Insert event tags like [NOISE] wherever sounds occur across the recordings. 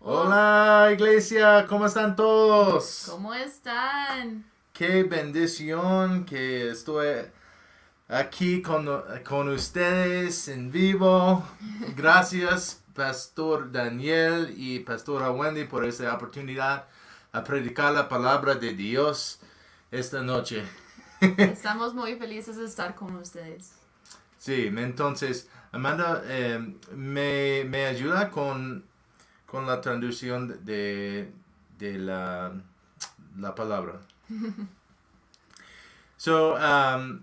Hola iglesia, ¿cómo están todos? ¿Cómo están? Qué bendición que estoy aquí con, con ustedes en vivo. Gracias Pastor Daniel y Pastora Wendy por esta oportunidad a predicar la palabra de Dios esta noche. Estamos muy felices de estar con ustedes. Sí, entonces Amanda eh, me, me ayuda con con la traducción de, de la, la palabra. so, um,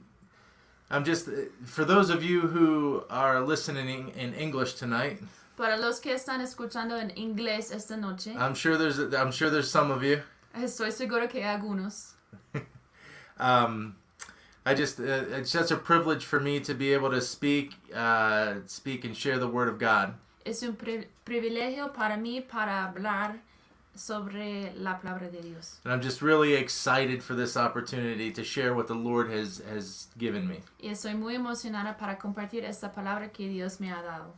I'm just, for those of you who are listening in English tonight, Para los que están escuchando en inglés esta noche, I'm sure there's, I'm sure there's some of you. estoy seguro que hay algunos. Um, I just, uh, it's such a privilege for me to be able to speak, uh, speak and share the word of God. Es un pri- privilegio para mí para hablar sobre la palabra de Dios. And I'm just really excited for this opportunity to share what the Lord has, has given me. Y estoy muy emocionada para compartir esta palabra que Dios me ha dado.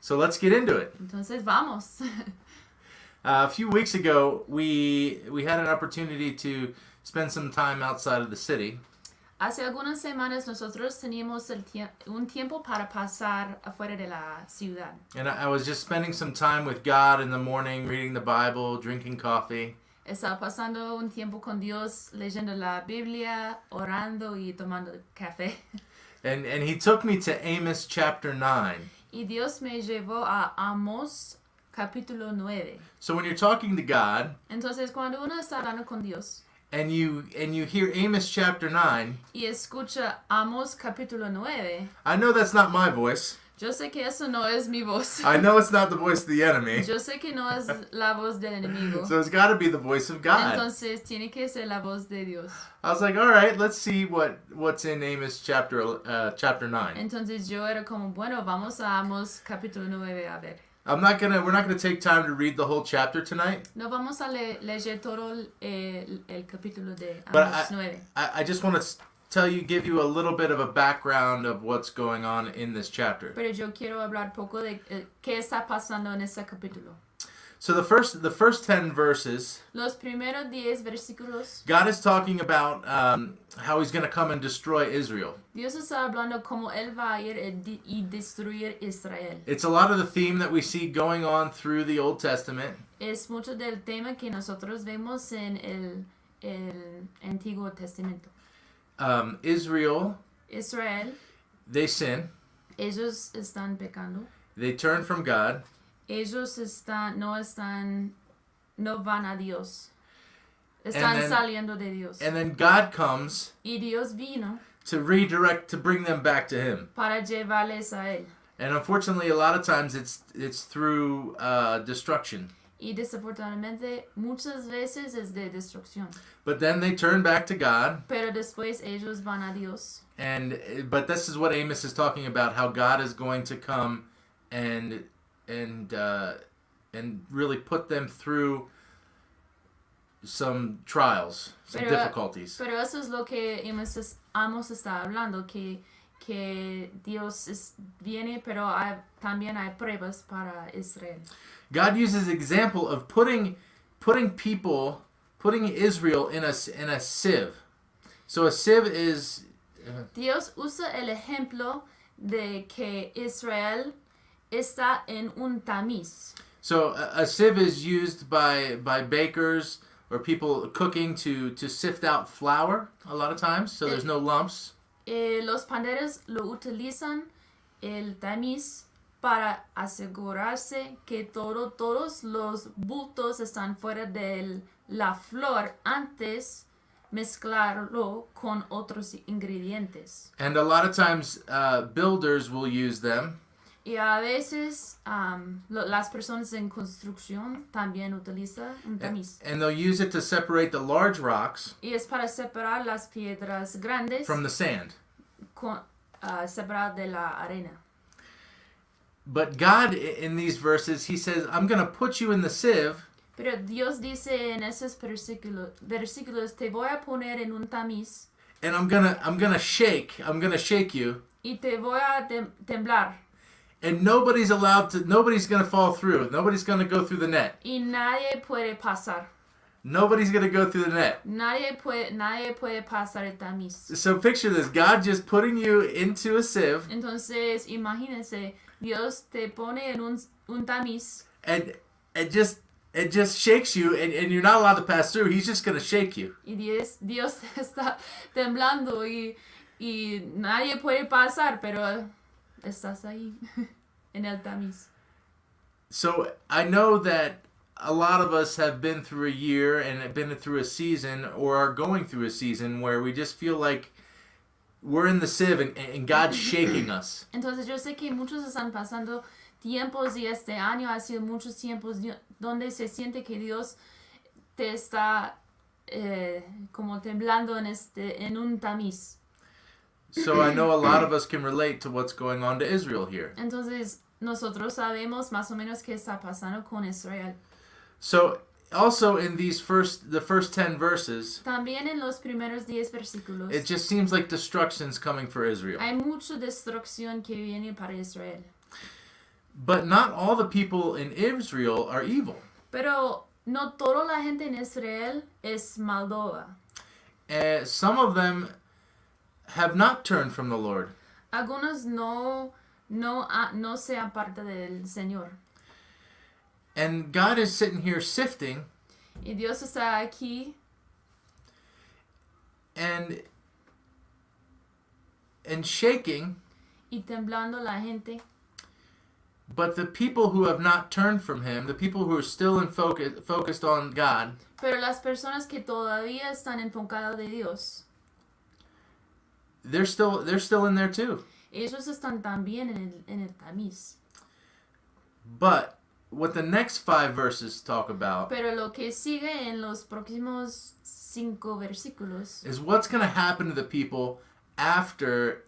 So let's get into it. Entonces, vamos. [LAUGHS] Uh, a few weeks ago, we we had an opportunity to spend some time outside of the city, Hace algunas semanas nosotros teníamos el tie- un tiempo para pasar afuera de la ciudad. and I, I was just spending some time with God in the morning, reading the Bible, drinking coffee, Estaba pasando un tiempo con Dios, leyendo la Biblia, orando y tomando café. [LAUGHS] and and He took me to Amos chapter nine. Y Dios me llevó a Amos capítulo 9. So when you're talking to God Entonces, cuando uno está hablando con Dios and you and you hear Amos chapter nine, y escucha Amos capítulo 9, I know that's not my voice. yo sé que eso no es mi voz. [LAUGHS] I know it's not the voice of the [LAUGHS] enemy. Yo sé que no es la voz del enemigo. So it's got to be the voice of God. Entonces, tiene que ser la voz de Dios. I was like, all right, let's see what what's in Amos chapter uh, chapter nine. Entonces, yo era como, bueno, vamos a Amos capítulo 9 a ver. I'm not gonna. We're not gonna take time to read the whole chapter tonight. No vamos a le- leer todo el, el- el capítulo de But Amos 9. I, I just want to tell you, give you a little bit of a background of what's going on in this chapter. Pero yo quiero hablar poco de eh, qué está pasando en este capítulo. So the first, the first ten verses, Los primeros 10 versículos, God is talking about um, how He's gonna come and destroy Israel. Dios está hablando cómo Él va a ir y di- y destruir Israel. It's a lot of the theme that we see going on through the Old Testament, Es mucho del tema que nosotros vemos en el, el Antiguo Testamento. um, Israel. Israel, They sin. ellos están pecando. They turn from God. Ellos están, no están, no van a Dios. Están then- saliendo de Dios. And then God comes Y Dios vino to redirect, to bring them back to Him. para llevarles a Él. And unfortunately, a lot of times it's it's through uh, destruction. Y desafortunadamente muchas veces es de destrucción. But then they turn back to God, Pero después ellos van a Dios. and eh, but this is what Amos is talking about: how God is going to come and and uh, and really put them through some trials, some Pero- difficulties. Pero eso es lo que Amos, es- Amos está hablando, que, que Dios es- viene, pero hay- también hay pruebas para Israel. God uses example of putting putting people putting Israel in a s- in a sieve. So a sieve is Dios usa el ejemplo de que Israel está en un tamiz. So a, a sieve is used by by bakers or people cooking to to sift out flour a lot of times, so there's no lumps. Eh, los panderos lo utilizan el tamiz para asegurarse que todo, todos los bultos están fuera de la flor antes mezclarlo con otros ingredientes. And a lot of times, uh, builders will use them Y a veces am, lo- las personas en construcción también utilizan un tamiz. and they'll use it to separate the large rocks Y es para separar las piedras grandes from the sand. con, ah, separar de la arena. But God, i- in these verses, He says, "I'm going to put you in the sieve, Pero Dios dice en esos versículos, versículos, te voy a poner en un tamiz and I'm gonna I'm gonna shake I'm gonna shake you, y te voy a tem- temblar and nobody's allowed to nobody's going to fall through nobody's going to go through the net y nadie puede pasar. nobody's going to go through the net Nadie puede, nadie puede pasar el tamiz. so picture this god just putting you into a sieve Entonces, imagínense, Dios te pone en un, un tamiz and it just it just shakes you and, and you're not allowed to pass through he's just going to shake you y Dios, Dios [LAUGHS] está temblando y, y nadie puede pasar, pero estás ahí [LAUGHS] en el tamiz. so i know that a lot of us have been through a year and have been through a season or are going through a season where we just feel like we're in the sieve and, and god's shaking us Entonces yo sé que muchos están pasando tiempos y este año ha sido muchos tiempos di- donde se siente que Dios te está eh, como temblando en, este, en un tamiz. So I know a lot of us can relate to what's going on to Israel here. Entonces nosotros sabemos más o menos qué está pasando con Israel. So also in these first the first 10 verses, También en los primeros 10 versículos it just seems like destruction's coming for Israel. hay mucha destrucción que viene para Israel. But not all the people in Israel are evil. Pero no toda la gente en Israel es maldosa. Uh, some of them have not turned from the Lord. Algunos no, no, ha- no se apartan del Señor. And God is sitting here sifting Y Dios está aquí and and shaking, y temblando la gente. but the people who have not turned from him, the people who are still in focus focused on God, Pero las personas que todavía están enfocadas de Dios, they're still they're still in there too. ellos están también en el, en el tamiz. But what the next five verses talk about Pero lo que sigue en los próximos cinco versículos is what's going to happen to the people after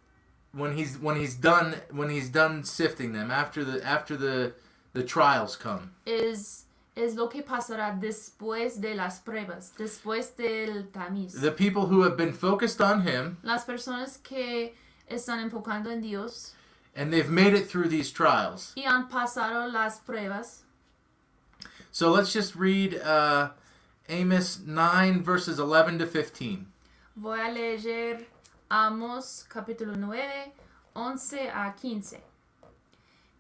when he's when he's done when he's done sifting them after the after the the trials come. es, es lo que pasará después de las pruebas, después del tamiz. The people who have been focused on him Las personas que están enfocando en Dios and they've made it through these trials. y han pasado las pruebas. So let's just read uh, Amos 9 verses 11 to 15. Voy a leer Amos capítulo 9, 11 a 15.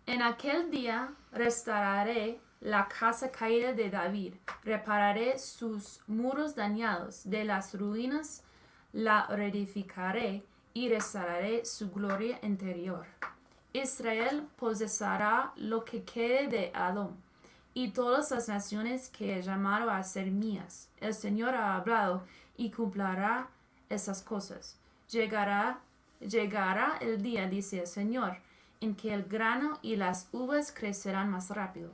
En aquel día restauraré la casa caída de David, repararé sus muros dañados de las ruinas, la reedificaré y restauraré su gloria interior. Israel posesará lo que quede de Adón y todas las naciones que he llamado a ser mías. El Señor ha hablado y cumplirá esas cosas. Llegará, llegará el día, dice el Señor, en que el grano y las uvas crecerán más rápido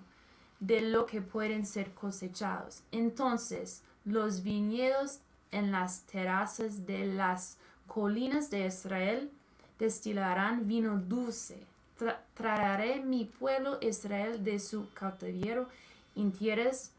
de lo que pueden ser cosechados. Entonces los viñedos en las terrazas de las colinas de Israel destilarán vino dulce. Tra- traeré mi pueblo Israel de su cautiverio en tierras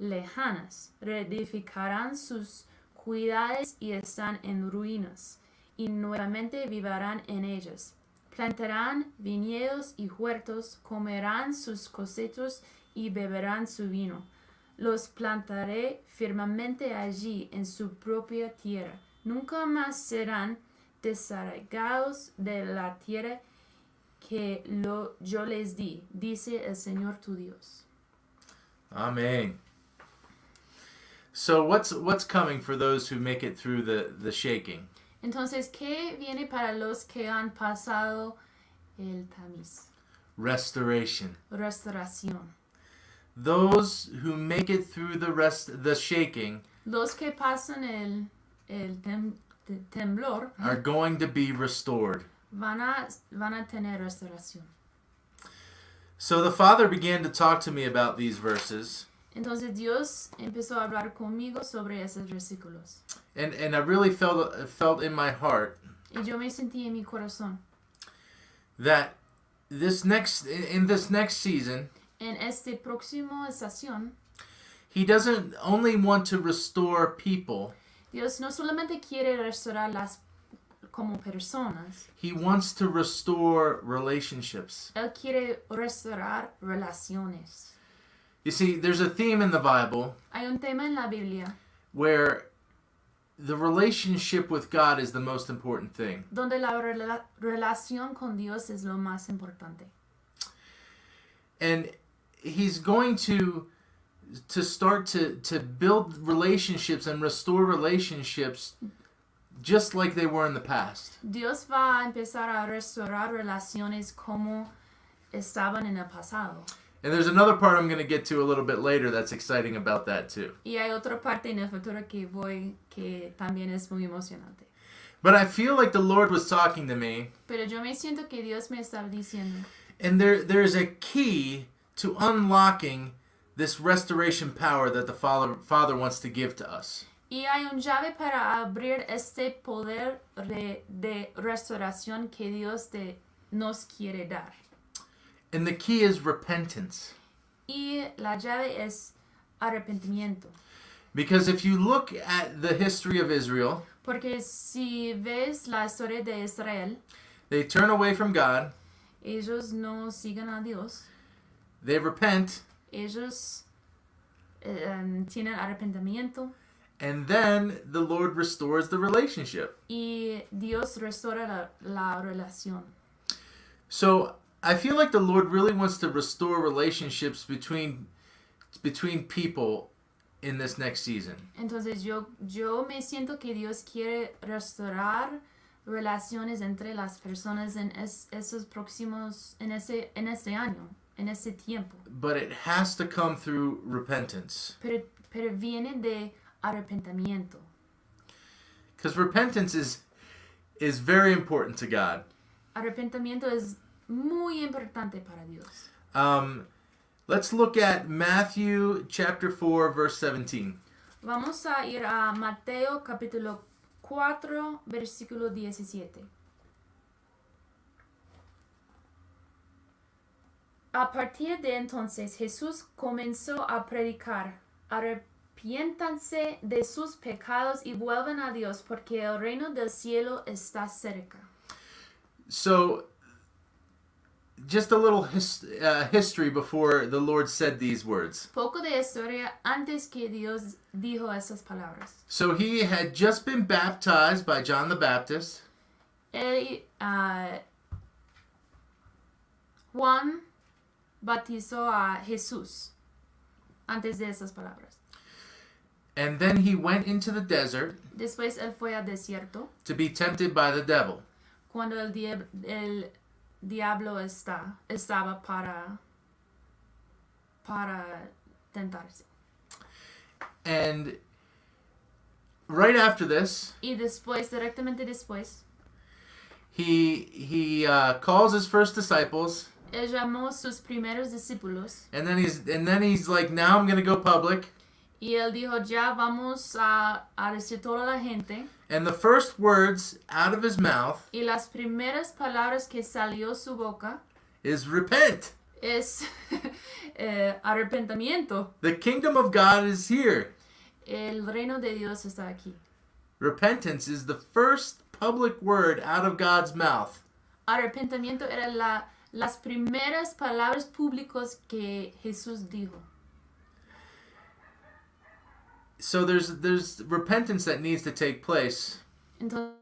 lejanas. Reedificarán sus cuidades y están en ruinas, y nuevamente vivirán en ellas. Plantarán viñedos y huertos, comerán sus cosechas y beberán su vino. Los plantaré firmemente allí en su propia tierra. Nunca más serán desarraigados de la tierra que lo, yo les di, dice el Señor tu Dios. Amen. So what's what's coming for those who make it through the the shaking? Entonces, ¿qué viene para los que han pasado el tamiz? Restoration. Restauración. those who make it through the rest the shaking Los que pasan el, el tem- te- temblor are going to be restored van a, van a tener restauración. so the father began to talk to me about these verses Entonces Dios empezó a hablar conmigo sobre esos versículos. and and i really felt felt in my heart Y yo me sentí en mi corazón. that this next in- in this next season En este próximo estación, he doesn't only want to restore people Dios no solamente quiere restaurar las como personas. He wants to restore relationships. Él quiere restaurar relaciones. You see, there's a theme in the Bible Hay un tema en la Biblia where the relationship with God is the most important thing. donde la rela- relación con Dios es lo más importante. And he's going to to start to to build relationships and restore relationships just like they were in the past. Dios va a empezar a restaurar relaciones como estaban en el pasado. And there's another part I'm going to get to a little bit later that's exciting about that too. Y hay otra parte en el futuro que voy que también es muy emocionante. But I feel like the Lord was talking to me Pero yo me siento que Dios me está diciendo, and there there's a key to unlocking this restoration power that the Father Father wants to give to us. y hay una llave para abrir este poder de, de restauración que Dios te, nos quiere dar. And the key is repentance. Y la llave es arrepentimiento. Because if you look at the history of Israel, Porque si ves la historia de Israel, they turn away from God, ellos no siguen a Dios, they repent, ellos eh, em, tienen arrepentimiento and then the Lord restores the relationship. y Dios restaura la, la relación. So I feel like the Lord really wants to restore relationships between between people in this next season. Entonces yo, yo me siento que Dios quiere restaurar relaciones entre las personas en es- esos próximos, en ese, en este año, en ese tiempo. But it has to come through repentance. Pero, pero viene de arrepentimiento. Because repentance is is very important to God. Arrepentimiento es muy importante para Dios. Um, let's look at Matthew chapter 4 verse 17. Vamos a ir a Mateo capítulo 4, versículo 17. A partir de entonces Jesús comenzó a predicar, arrepiéntanse de sus pecados y vuelvan a Dios porque el reino del cielo está cerca. So, just a little his, uh, history before the Lord said these words. Poco de historia antes que Dios dijo esas palabras. So, he had just been baptized by John the Baptist, Él, ah, Juan bautizó a Jesús antes de esas palabras. and then he went into the desert Después él fue al desierto to be tempted by the devil. cuando el, diab- el diablo está, estaba para, para tentarse. And right after this, Y después, directamente después, he, he uh, calls his first disciples, él llamó a sus primeros discípulos and then he's, and then he's like, Now I'm going to go public. y él dijo, ya vamos a, a decir toda la gente. And the first words out of his mouth Y las primeras palabras que salió su boca is, Repent! es [LAUGHS] eh, arrepentimiento. The kingdom of God is here. El reino de Dios está aquí. Repentance is the first public word out of God's mouth. Arrepentimiento eran la, las primeras palabras públicas que Jesús dijo. So there's there's repentance that needs to take place. Entonces,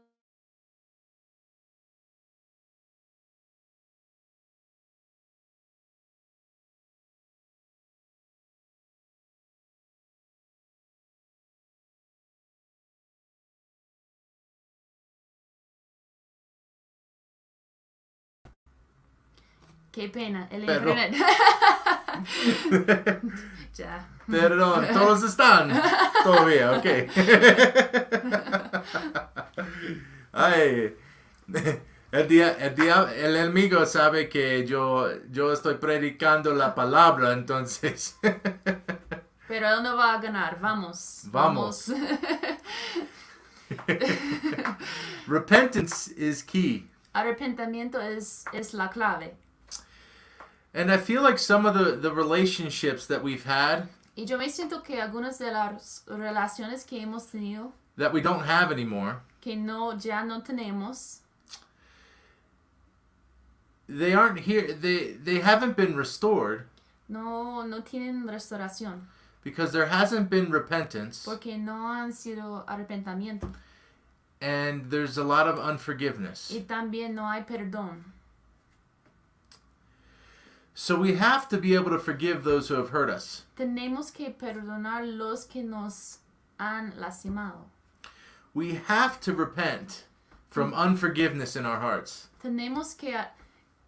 Qué pena, el Pero- internet. [LAUGHS] ya. [LAUGHS] Perdón, todos están. Todavía, okay. [LAUGHS] Ay. El, dia- el, dia- el enemigo sabe que yo, yo estoy predicando la palabra, entonces. [LAUGHS] Pero él no va a ganar, vamos. [LAUGHS] Vamos. repentance is key. Arrepentimiento es, es la clave. And I feel like some of the, the relationships that we've had Y yo me siento que algunas de las relaciones que hemos tenido that we don't have anymore, que no ya no tenemos They aren't here. They they haven't been restored no no tienen restauración because there hasn't been repentance porque no han sido arrepentimiento and there's a lot of unforgiveness. y también no hay perdón So we have to be able to forgive those who have hurt us. tenemos que perdonar los que nos han lastimado We have to repent from unforgiveness in our hearts. tenemos que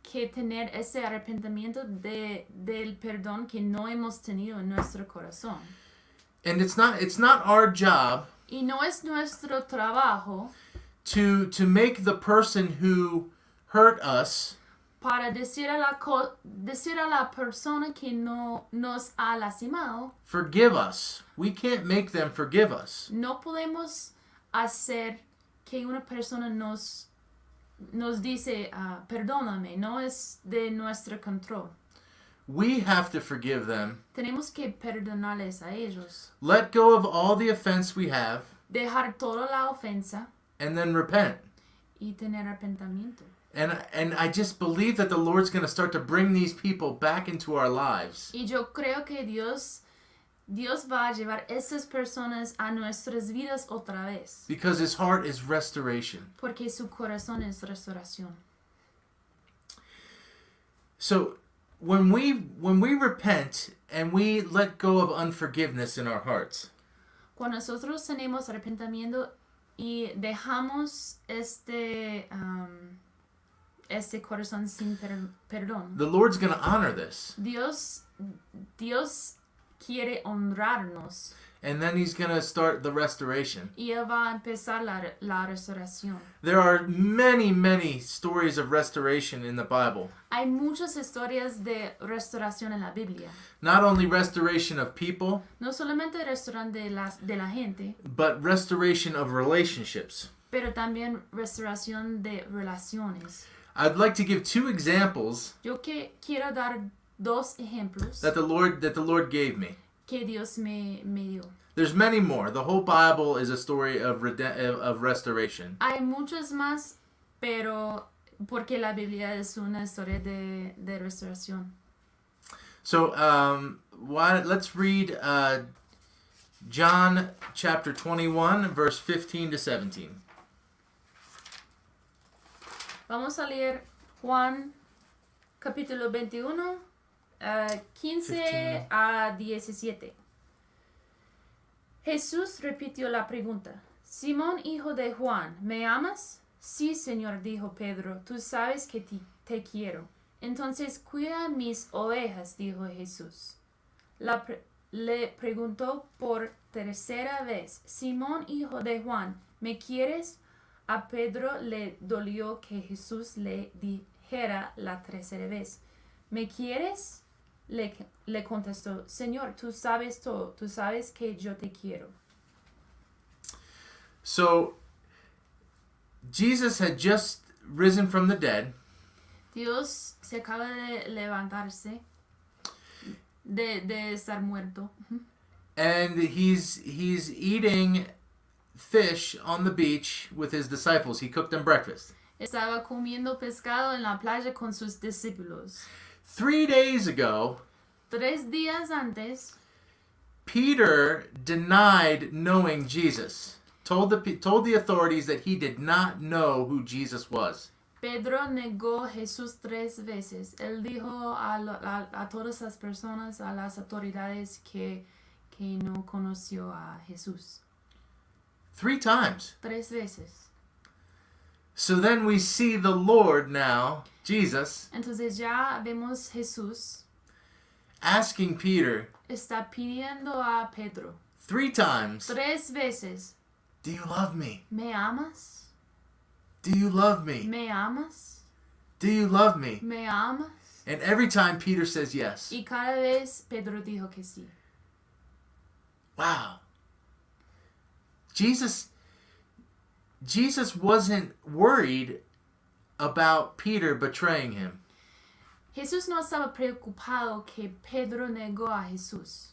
que tener ese arrepentimiento de, del perdón que no hemos tenido en nuestro corazón. And it's not it's not our job Y no es nuestro trabajo to to make the person who hurt us para decir a la, co- decir a la persona que no nos ha lastimado, forgive us. We can't make them forgive us. no podemos hacer que una persona nos, nos dice, ah, perdóname, no es de nuestro control. We have to forgive them. Tenemos que perdonarles a ellos, Let go of all the offense we have dejar toda la ofensa and then repent. y tener arrepentimiento. And and I just believe that the Lord's going to start to bring these people back into our lives. Y yo creo que Dios, Dios va a llevar estas personas a nuestras vidas otra vez, Because his heart is restoration. porque su corazón es restauración. So when we when we repent and we let go of unforgiveness in our hearts, Cuando nosotros tenemos arrepentimiento y dejamos este, am, este corazón sin per- perdón, the Lord's going to honor this. Dios, Dios quiere honrarnos And then he's going to start the restoration. y Él va a empezar la, re- la restauración. There are many, many stories of restoration in the Bible. Hay muchas historias de restauración en la Biblia. Not only restoration of people, No solamente restauración de la, de la gente, but restoration of relationships. pero también restauración de relaciones. I'd like to give two examples Yo que quiero dar dos ejemplos that the Lord that the Lord gave me. que Dios me, me dio. There's many more. The whole Bible is a story of rede- of restoration. Hay muchos más, pero porque la Biblia es una historia de, de restauración. So um, why let's read uh, John chapter 21, verse 15 to 17. Vamos a leer Juan capítulo 21, eh, 15 15. a 17. Jesús repitió la pregunta, Simón hijo de Juan, ¿me amas? Sí, Señor, dijo Pedro, tú sabes que ti- te quiero. Entonces cuida mis ovejas, dijo Jesús. La pre- le preguntó por tercera vez, Simón hijo de Juan, ¿me quieres? A Pedro le dolió que Jesús le dijera la tercera vez, ¿me quieres? Le, le contestó, Señor, tú sabes todo, tú sabes que yo te quiero. So Jesus had just risen from the dead, Dios se acaba de levantarse, de, de estar muerto, and he's he's eating fish on the beach with his disciples. He cooked them breakfast. estaba comiendo pescado en la playa con sus discípulos. Three days ago, Tres días antes, Peter denied knowing Jesus. Told the pe- told the authorities that he did not know who Jesus was. Pedro negó a Jesús tres veces. Él dijo a, lo- a- a todas las personas, a las autoridades, que, que no conoció a Jesús. Three times. Tres veces. So then we see the Lord now, Jesus, Entonces ya vemos Jesús asking Peter está pidiendo a Pedro three times, tres veces, Do you love me? ¿me amas? Do you love me? ¿Me amas? Do you love me? ¿Me amas? And every time Peter says yes. Y cada vez Pedro dijo que sí. Wow. Jesus Jesus wasn't worried about Peter betraying him. Jesús no estaba preocupado que Pedro negó a Jesús.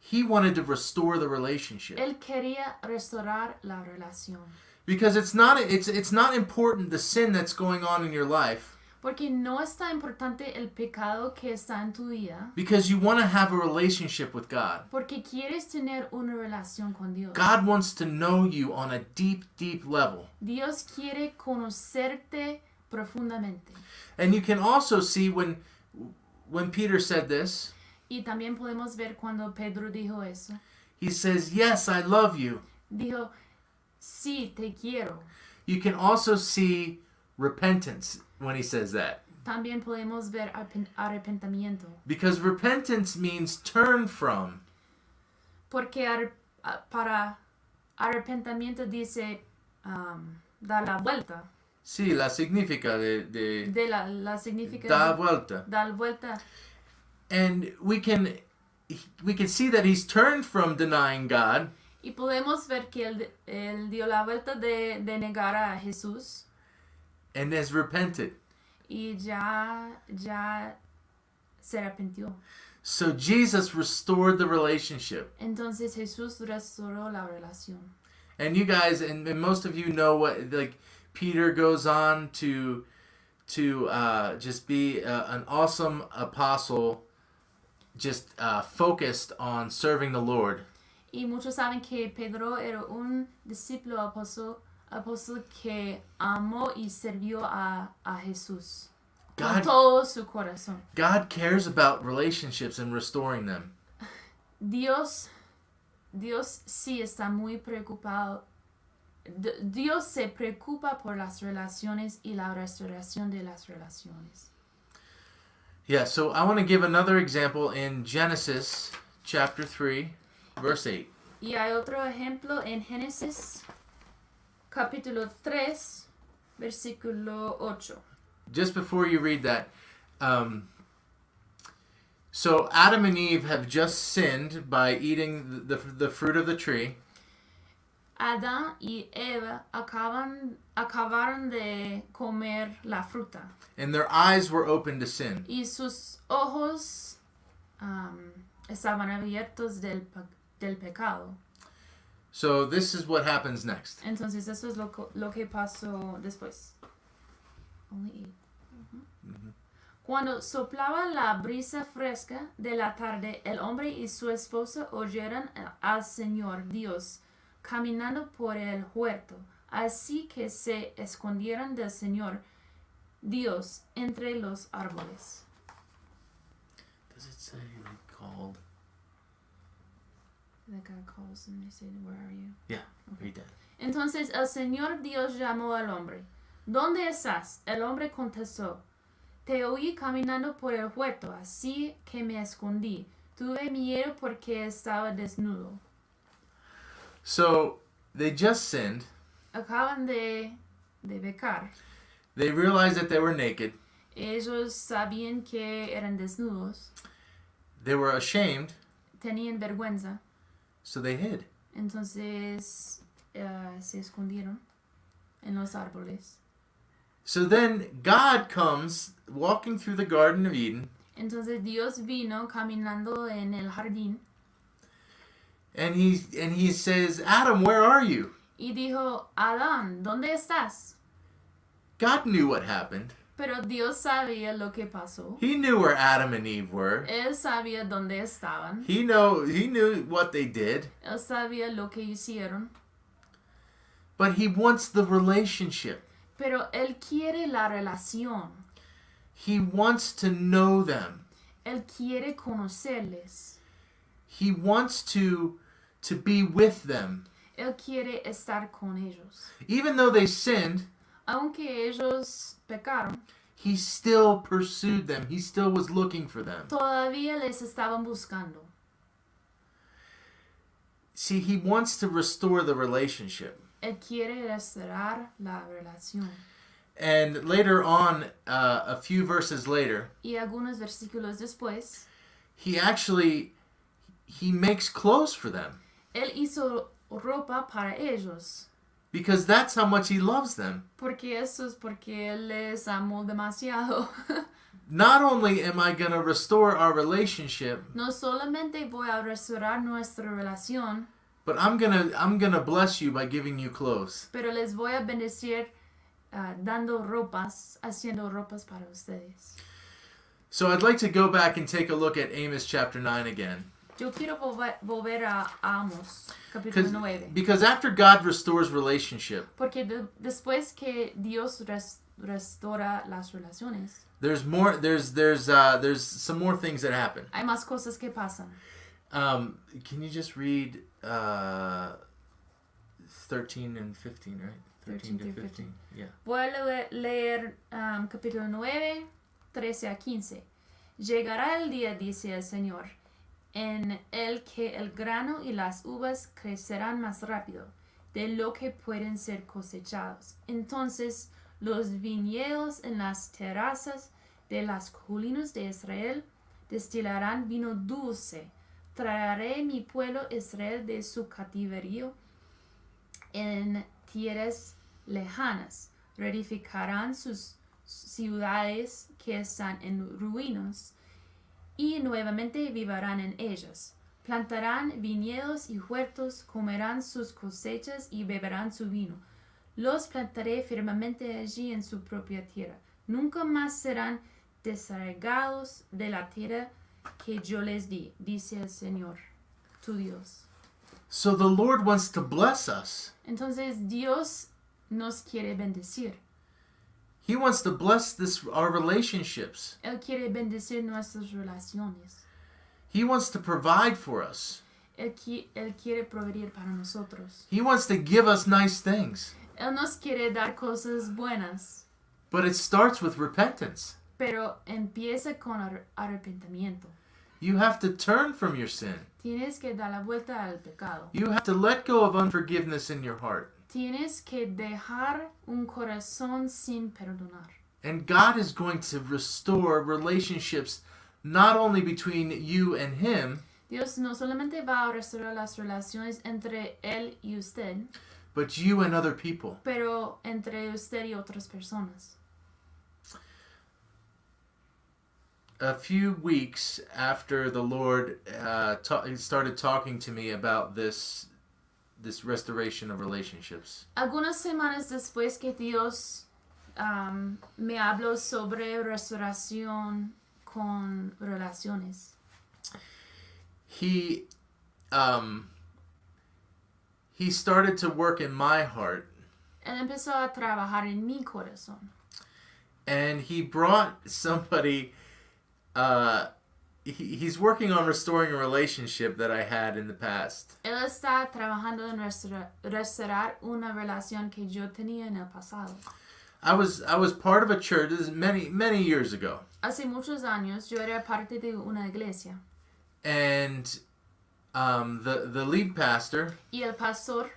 He wanted to restore the relationship. Él quería restaurar la relación. because it's not it's it's not important the sin that's going on in your life Porque no es tan importante el pecado que está en tu vida, because you want to have a relationship with God. porque quieres tener una relación con Dios. God wants to know you on a deep deep level. Dios quiere conocerte profundamente. And you can also see when when Peter said this, Y también podemos ver cuando Pedro dijo eso. he says, "Yes, I love you." Dijo, sí, te quiero. You can also see repentance when he says that. También podemos ver arpen- arrepentimiento. Because repentance means turn from. Porque ar- a- para arrepentimiento dice um, dar la vuelta. Sí, la significa de, de De la, la significa da vuelta. dar vuelta. And we can we can see that he's turned from denying God Y podemos ver que él, él dio la vuelta de, de negar a Jesús and has repented. y ya, ya se arrepintió. So Jesus restored the relationship. Entonces Jesús restauró la relación. And you guys and, and most of you know what like Peter goes on to to uh, just be uh, an awesome apostle just uh, focused on serving the Lord. Y muchos saben que Pedro era un discípulo apóstol, apóstol que amó y sirvió a, a Jesús con God todo su corazón. God cares about relationships and restoring them. Dios, Dios sí está muy preocupado. D- Dios se preocupa por las relaciones y la restauración de las relaciones. Yeah, so I want to give another example in Genesis chapter 3, verse 8. Y hay otro ejemplo en Génesis capítulo 3, versículo 8. Just before you read that, um, so Adam and Eve have just sinned by eating the, the, the fruit of the tree, Adán y Eva acaban, acabaron de comer la fruta and their eyes were open to sin. y sus ojos am, estaban abiertos del, pe- del pecado. So this is what happens next. Entonces eso es lo, co- lo que pasó después. Only eight. Ujú. Cuando soplaba la brisa fresca de la tarde, el hombre y su esposa oyeron a- al Señor Dios caminando por el huerto. Así que se escondieron del Señor Dios entre los árboles. Does it say they called? The guy calls and they say, "Where are you?" Read that. Entonces el Señor Dios llamó al hombre. ¿Dónde estás? El hombre contestó. Te oí caminando por el huerto, así que me escondí. Tuve miedo porque estaba desnudo. So they just sinned. Acaban de, de pecar. They realized that they were naked. Ellos sabían que eran desnudos, They were ashamed, tenían vergüenza, so they hid. entonces eh, se escondieron en los árboles. So then God comes walking through the Garden of Eden Entonces Dios vino caminando en el jardín and he and he says, "Adam, where are you?" y dijo, Adán, ¿dónde estás? God knew what happened. Pero Dios sabía lo que pasó. He knew where Adam and Eve were. Él sabía dónde estaban. He know he knew what they did, Él sabía lo que hicieron. but he wants the relationship. Pero Él quiere la relación. He wants to know them. Él quiere conocerles. He wants to to be with them. Él quiere estar con ellos. Even though they sinned, Aunque ellos pecaron, he still pursued them. He still was looking for them. todavía les estaban buscando. See, he wants to restore the relationship. Él quiere restaurar la relación. And later on, uh, a few verses later, Y algunos versículos después, he actually he makes clothes for them Él hizo ropa para ellos. because that's how much he loves them. Porque eso es porque Él les amó demasiado. [LAUGHS] Not only am I going to restore our relationship, No solamente voy a restaurar nuestra relación, But I'm gonna I'm gonna bless you by giving you clothes. pero les voy a bendecir ah, dando ropas, haciendo ropas para ustedes. So I'd like to go back and take a look at Amos chapter 9 again. Yo quiero volver, volver a Amos, capítulo Because 9, because after God restores relationship, porque de- después que Dios res- restaura las relaciones, there's more there's there's uh there's some more things that happen. hay más cosas que pasan. Um can you just read uh 13 and 15, right? 13, 13 through to 15. Yeah. Voy a le- leer um, capítulo 9, 13 a 15. Llegará el día, dice el Señor, en el que el grano y las uvas crecerán más rápido de lo que pueden ser cosechados. Entonces los viñedos en las terrazas de las colinas de Israel destilarán vino dulce. Traeré mi pueblo Israel de su cautiverio en tierras lejanas, reedificarán sus ciudades que están en ruinas y nuevamente vivirán en ellas. Plantarán viñedos y huertos, comerán sus cosechas y beberán su vino. Los plantaré firmemente allí en su propia tierra. Nunca más serán desarraigados de la tierra que yo les di, dice el Señor, tu Dios. So the Lord wants to bless us. Entonces Dios nos quiere bendecir. He wants to bless this our relationships. Él quiere bendecir nuestras relaciones. He wants to provide for us. Él, qui- él quiere proveer para nosotros. He wants to give us nice things. Él nos quiere dar cosas buenas, But it starts with repentance. pero empieza con ar- arrepentimiento. You have to turn from your sin. Tienes que dar la vuelta al pecado. You have to let go of unforgiveness in your heart. Tienes que dejar un corazón sin perdonar. And God is going to restore relationships not only between you and Him, Dios no solamente va a restaurar las relaciones entre Él y usted, but you and other people. pero entre usted y otras personas. A few weeks after the Lord uh, ta- started talking to me about this, this restoration of relationships, Algunas semanas después que Dios um, me habló sobre restauración con relaciones, He, um, He started to work in my heart Él empezó a trabajar en mi corazón. and he brought somebody uh he, he's working on restoring a relationship that i had in the past Él está trabajando en restaura- restaurar una relación que yo tenía en el pasado. i was i was part of a church this is many many years ago Hace muchos años yo era parte de una iglesia and um the the lead pastor y el pastor,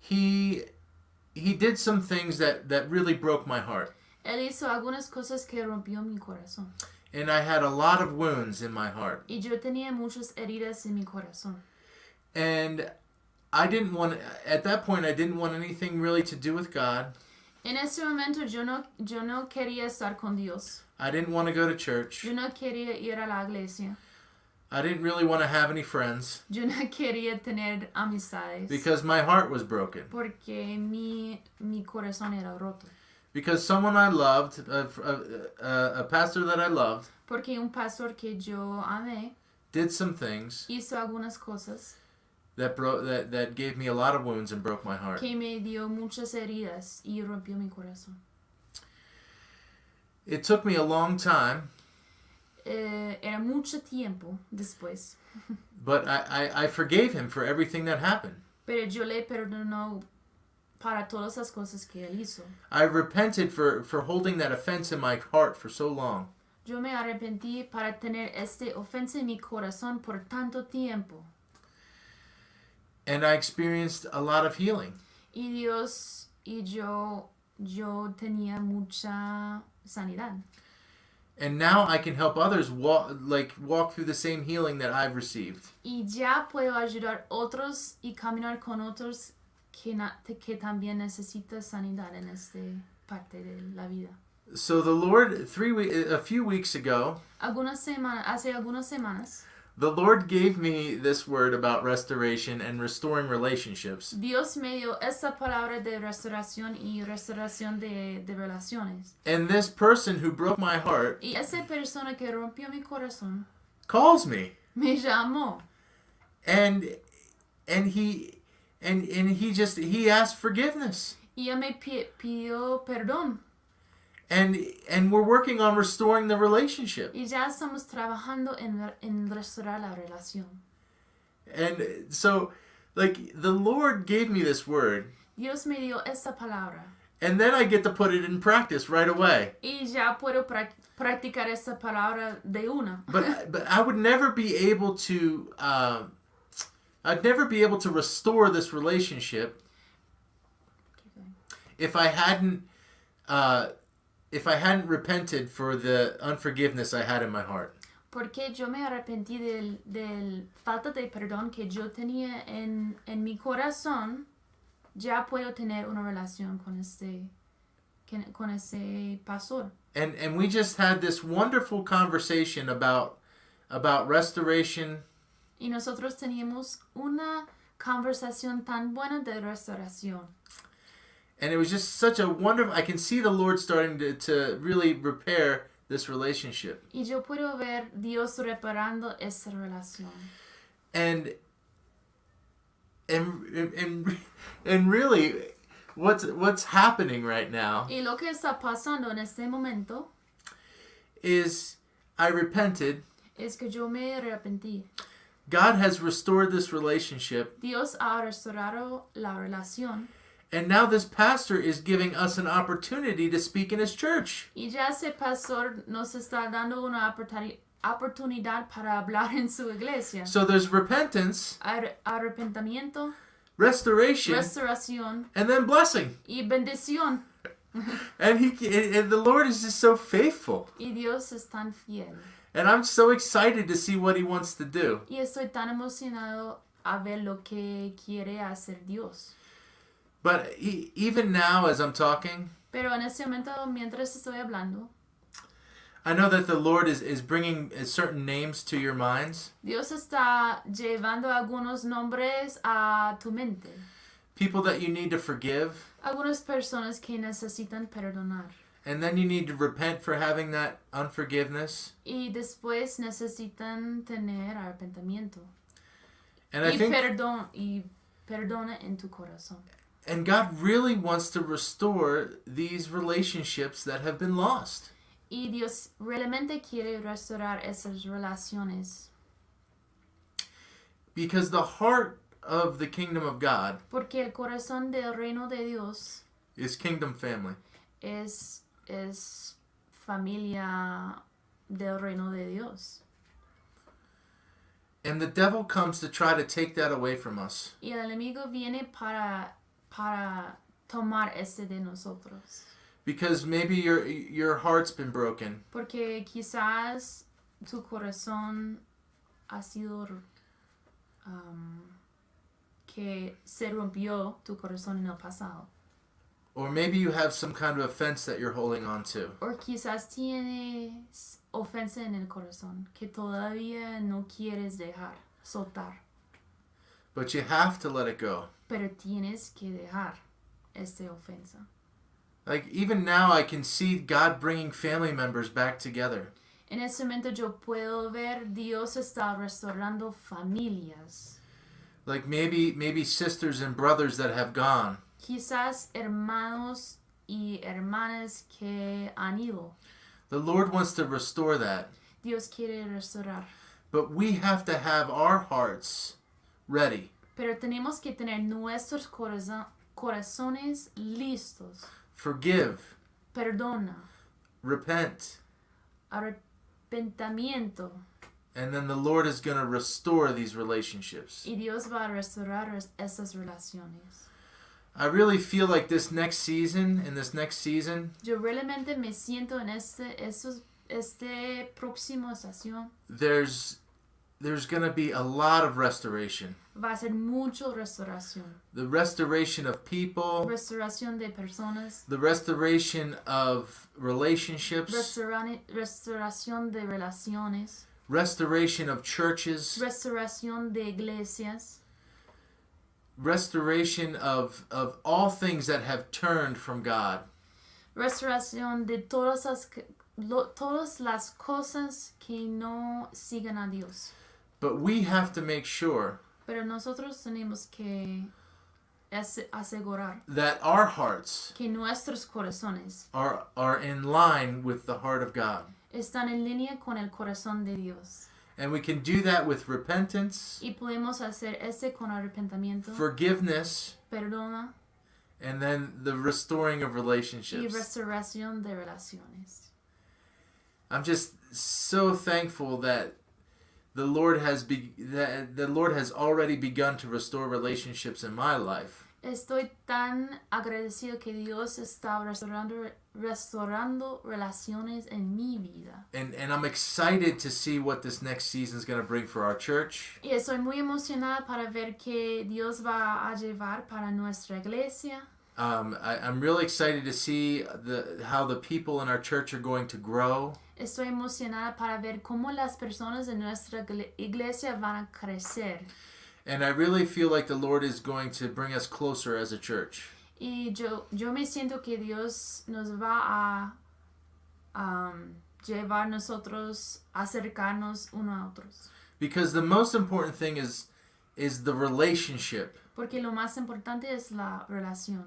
he he did some things that that really broke my heart él hizo algunas cosas que rompió mi corazón and i had a lot of wounds in my heart y yo tenía muchas heridas en mi corazón. and i didn't want at that point i didn't want anything really to do with god En ese momento yo no, yo no quería estar con Dios. i didn't want to go to church Yo no quería ir a la iglesia. i didn't really want to have any friends Yo no [LAUGHS] quería tener amistades. Because my heart was broken. porque mi, mi corazón era roto. Because someone I loved, a, a, a, a pastor that I loved, Porque un pastor que yo amé did some things hizo algunas cosas that bro- that that gave me a lot of wounds and broke my heart. que me dio muchas heridas y rompió mi corazón. It took me a long time, Eh, era mucho tiempo después, but I, I, I forgave him for everything that happened. pero yo le perdono para todas las cosas que él hizo. I repented for, for holding that offense in my heart for so long. Yo me arrepentí para tener este ofensa en mi corazón por tanto tiempo. And I experienced a lot of healing. Y Dios y yo, yo tenía mucha sanidad. And now I can help others walk like walk through the same healing that I've received. Y ya puedo ayudar otros y caminar con otros que, na- que también necesitan sanidad en esta parte de la vida. So the Lord, three we- a few weeks ago, Algunas semanas, hace algunas semanas, The Lord gave me this word about restoration and restoring relationships. Dios me dio esa palabra de restauración y restauración de, de relaciones. And this person who broke my heart Y esa persona que rompió mi corazón calls me. me llamó And and he and and he just he asked forgiveness. y él me pi- pidió perdón. And and we're working on restoring the relationship. Y ya estamos trabajando en, en restaurar la relación. And so like the Lord gave me this word Dios me dio esa palabra and then I get to put it in practice right away. y ya puedo prac- practicar esa palabra de una. But but I would never be able to um I'd never be able to restore this relationship if I hadn't uh, if I hadn't repented for the unforgiveness I had in my heart. Porque yo me arrepentí del, del falta de perdón que yo tenía en, en mi corazón, ya puedo tener una relación con este, con- con ese pastor. And and we just had this wonderful conversation about about restoration Y nosotros teníamos una conversación tan buena de restauración. and it was just such a wonderful I can see the Lord starting to, to really repair this relationship. Y yo puedo ver Dios reparando esa relación. And and and [LAUGHS] and really what's what's happening right now Y lo que está pasando en este momento is I repented. es que yo me arrepentí. God has restored this relationship Dios ha restaurado la relación. And now this pastor is giving us an opportunity to speak in his church. Y ya ese pastor nos está dando una oportuni- oportunidad para hablar en su iglesia. So there's repentance, Ar- arrepentimiento, restoration, restauración and then blessing. y bendición. And he and the Lord is just so faithful. Y Dios es tan fiel. And I'm so excited to see what he wants to do. Y estoy tan emocionado a ver lo que quiere hacer Dios. But e- even now as I'm talking, Pero en este momento, mientras estoy hablando, I know that the Lord is is bringing uh, certain names to your minds. Dios está llevando algunos nombres a tu mente. People that you need to forgive, Algunas personas que necesitan perdonar. and then you need to repent for having that unforgiveness. Y después necesitan tener arrepentimiento. And I y think perdón y perdona en tu corazón. And God really wants to restore these relationships that have been lost. Y Dios realmente quiere restaurar esas relaciones. Because the heart of the kingdom of God Porque el corazón del reino de Dios is kingdom family. es, es familia del reino de Dios. And the devil comes to try to take that away from us. Y el enemigo viene para, para tomar ese de nosotros. Because maybe your your heart's been broken. Porque quizás tu corazón ha sido um, que se rompió tu corazón en el pasado. Or maybe you have some kind of offense that you're holding on to. O quizás tienes ofensa en el corazón que todavía no quieres dejar, soltar. But you have to let it go. Pero tienes que dejar esta ofensa. Like even now I can see God bringing family members back together. En ese momento yo puedo ver Dios está restaurando familias. Like maybe maybe sisters and brothers that have gone. Quizás hermanos y hermanas que han ido. The Lord wants to restore that. Dios quiere restaurar. But we have to have our hearts ready Pero tenemos que tener nuestros corazon- corazones listos. forgive, Perdona, repent, arrepentimiento. and then the Lord is going to restore these relationships. Y Dios va a restaurar es- esas relaciones. I really feel like this next season and this next season, Yo realmente me siento en este, estos, este próximo estación. there's there's going to be a lot of restoration. Va a ser mucho restauración. The restoration of people, Restauración de personas. the restoration of relationships, restauran- restauración de relaciones, restoration of churches, restauración de iglesias, restoration of, of all things that have turned from God. restauración de todas las, que- lo- todas las cosas que no sigan a Dios. But we have to make sure Pero nosotros tenemos que ase- asegurar that our hearts que nuestros corazones are, are in line with the heart of God. están en línea con el corazón de Dios. And we can do that with repentance, Y podemos hacer este con arrepentimiento, forgiveness, perdona and then the restoring of y relationships. restauración de relaciones. I'm just so thankful that the Lord has be- that the Lord has already begun to restore relationships in my life. Estoy tan agradecido que Dios está restaurando, restaurando relaciones en mi vida. And and I'm excited to see what this next season is going to bring for our church. Y estoy muy emocionada para ver qué Dios va a llevar para nuestra iglesia. Um, I, I'm really excited to see the how the people in our church are going to grow. Estoy emocionada para ver cómo las personas de nuestra igle- iglesia van a crecer. And I really feel like the Lord is going to bring us closer as a church. Y yo, yo me siento que Dios nos va a um, llevar nosotros a acercarnos uno a otros. Because the most important thing is is the relationship. Porque lo más importante es la relación.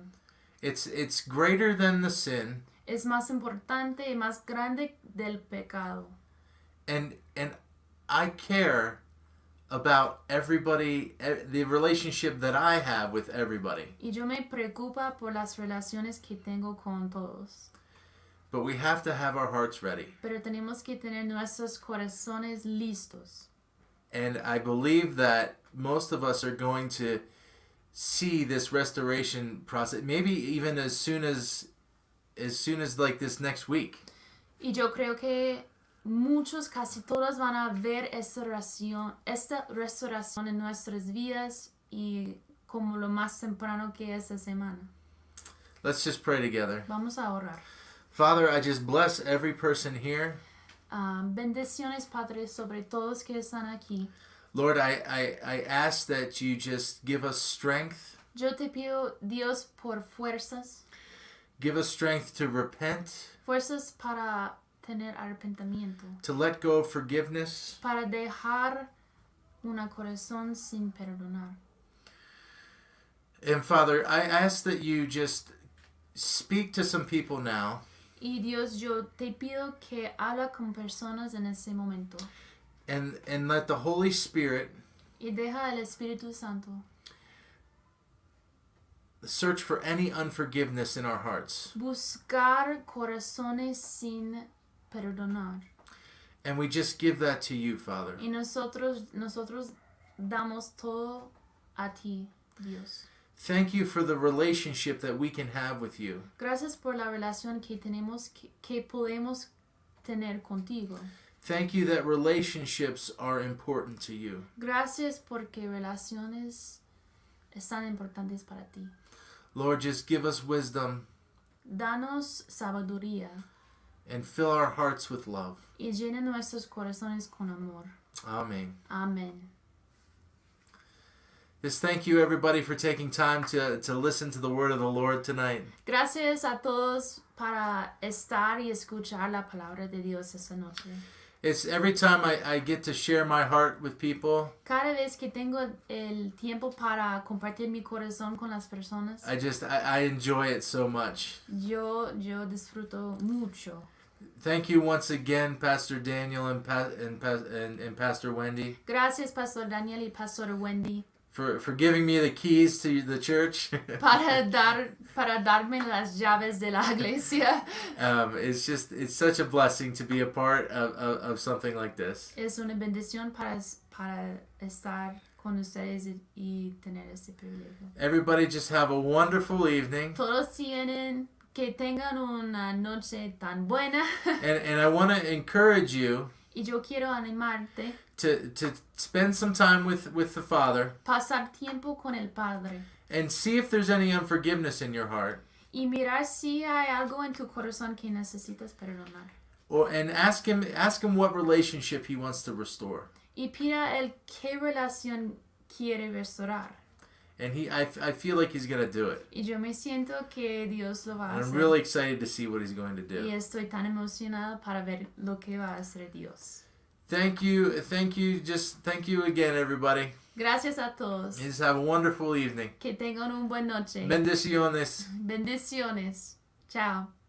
It's it's greater than the sin. Es más importante y más grande del pecado. and and I care about everybody e- the relationship that I have with everybody. Y yo me preocupa por las relaciones que tengo con todos. But we have to have our hearts ready. Pero tenemos que tener nuestros corazones listos. And I believe that most of us are going to see this restoration process maybe even as soon as as soon as like this next week. Y yo creo que muchos, casi todos van a ver esta restauración, esta restauración en nuestras vidas y como lo más temprano que esta semana. Let's just pray together. Vamos a orar. Father, I just bless every person here. Ah, bendiciones, Padre, sobre todos que están aquí. Lord, I, I, I ask that you just give us strength. Yo te pido, Dios, por fuerzas, Give us strength to repent, fuerzas para tener arrepentimiento, to let go of forgiveness, para dejar un corazón sin perdonar. And Father, I ask that you just speak to some people now Y Dios, yo te pido que habla con personas en ese momento and and let the Holy Spirit y deja al Espíritu Santo search for any unforgiveness in our hearts. buscar corazones sin perdonar. And we just give that to you, Father. Y nosotros, nosotros damos todo a ti, Dios. Thank you for the relationship that we can have with you. Gracias por la relación que tenemos, que, que podemos tener contigo. Thank you that relationships are important to you. Gracias porque relaciones están importantes para ti. Lord, just give us wisdom Danos sabiduría and fill our hearts with love. y llena nuestros corazones con amor. Amen. Amén. Just thank you everybody for taking time to to listen to the word of the Lord tonight. Gracias a todos para estar y escuchar la palabra de Dios esta noche. It's every time I, I get to share my heart with people, Cada vez que tengo el tiempo para compartir mi corazón con las personas, I just I, I enjoy it so much. yo, yo disfruto mucho. Thank you once again, Pastor Daniel and pa- and, pa- and and Pastor Wendy Gracias, Pastor Daniel y Pastor Wendy, for for giving me the keys to the church. para, dar, para darme las llaves de la iglesia. um, it's just it's such a blessing to be a part of, of, of something like this. Es una bendición para, para estar con ustedes y, y tener ese privilegio. Everybody, just have a wonderful evening, Todos tienen que tengan una noche tan buena. [LAUGHS] and and I want to encourage you Y yo quiero animarte to to spend some time with with the Father pasar tiempo con el Padre and see if there's any unforgiveness in your heart. y mirar si hay algo en tu corazón que necesitas perdonar. or and ask him ask him what relationship he wants to restore. y pida el qué relación quiere restaurar. And he, I, I feel like he's gonna do it. Y yo me siento que Dios lo va a And I'm hacer. really excited to see what he's going to Y do. estoy tan emocionada para ver lo que va a hacer Dios. Thank you, thank you, just thank you again, everybody. Gracias a todos. Just have a wonderful evening. Que tengan un buen noche. Bendiciones. Bendiciones. Chao.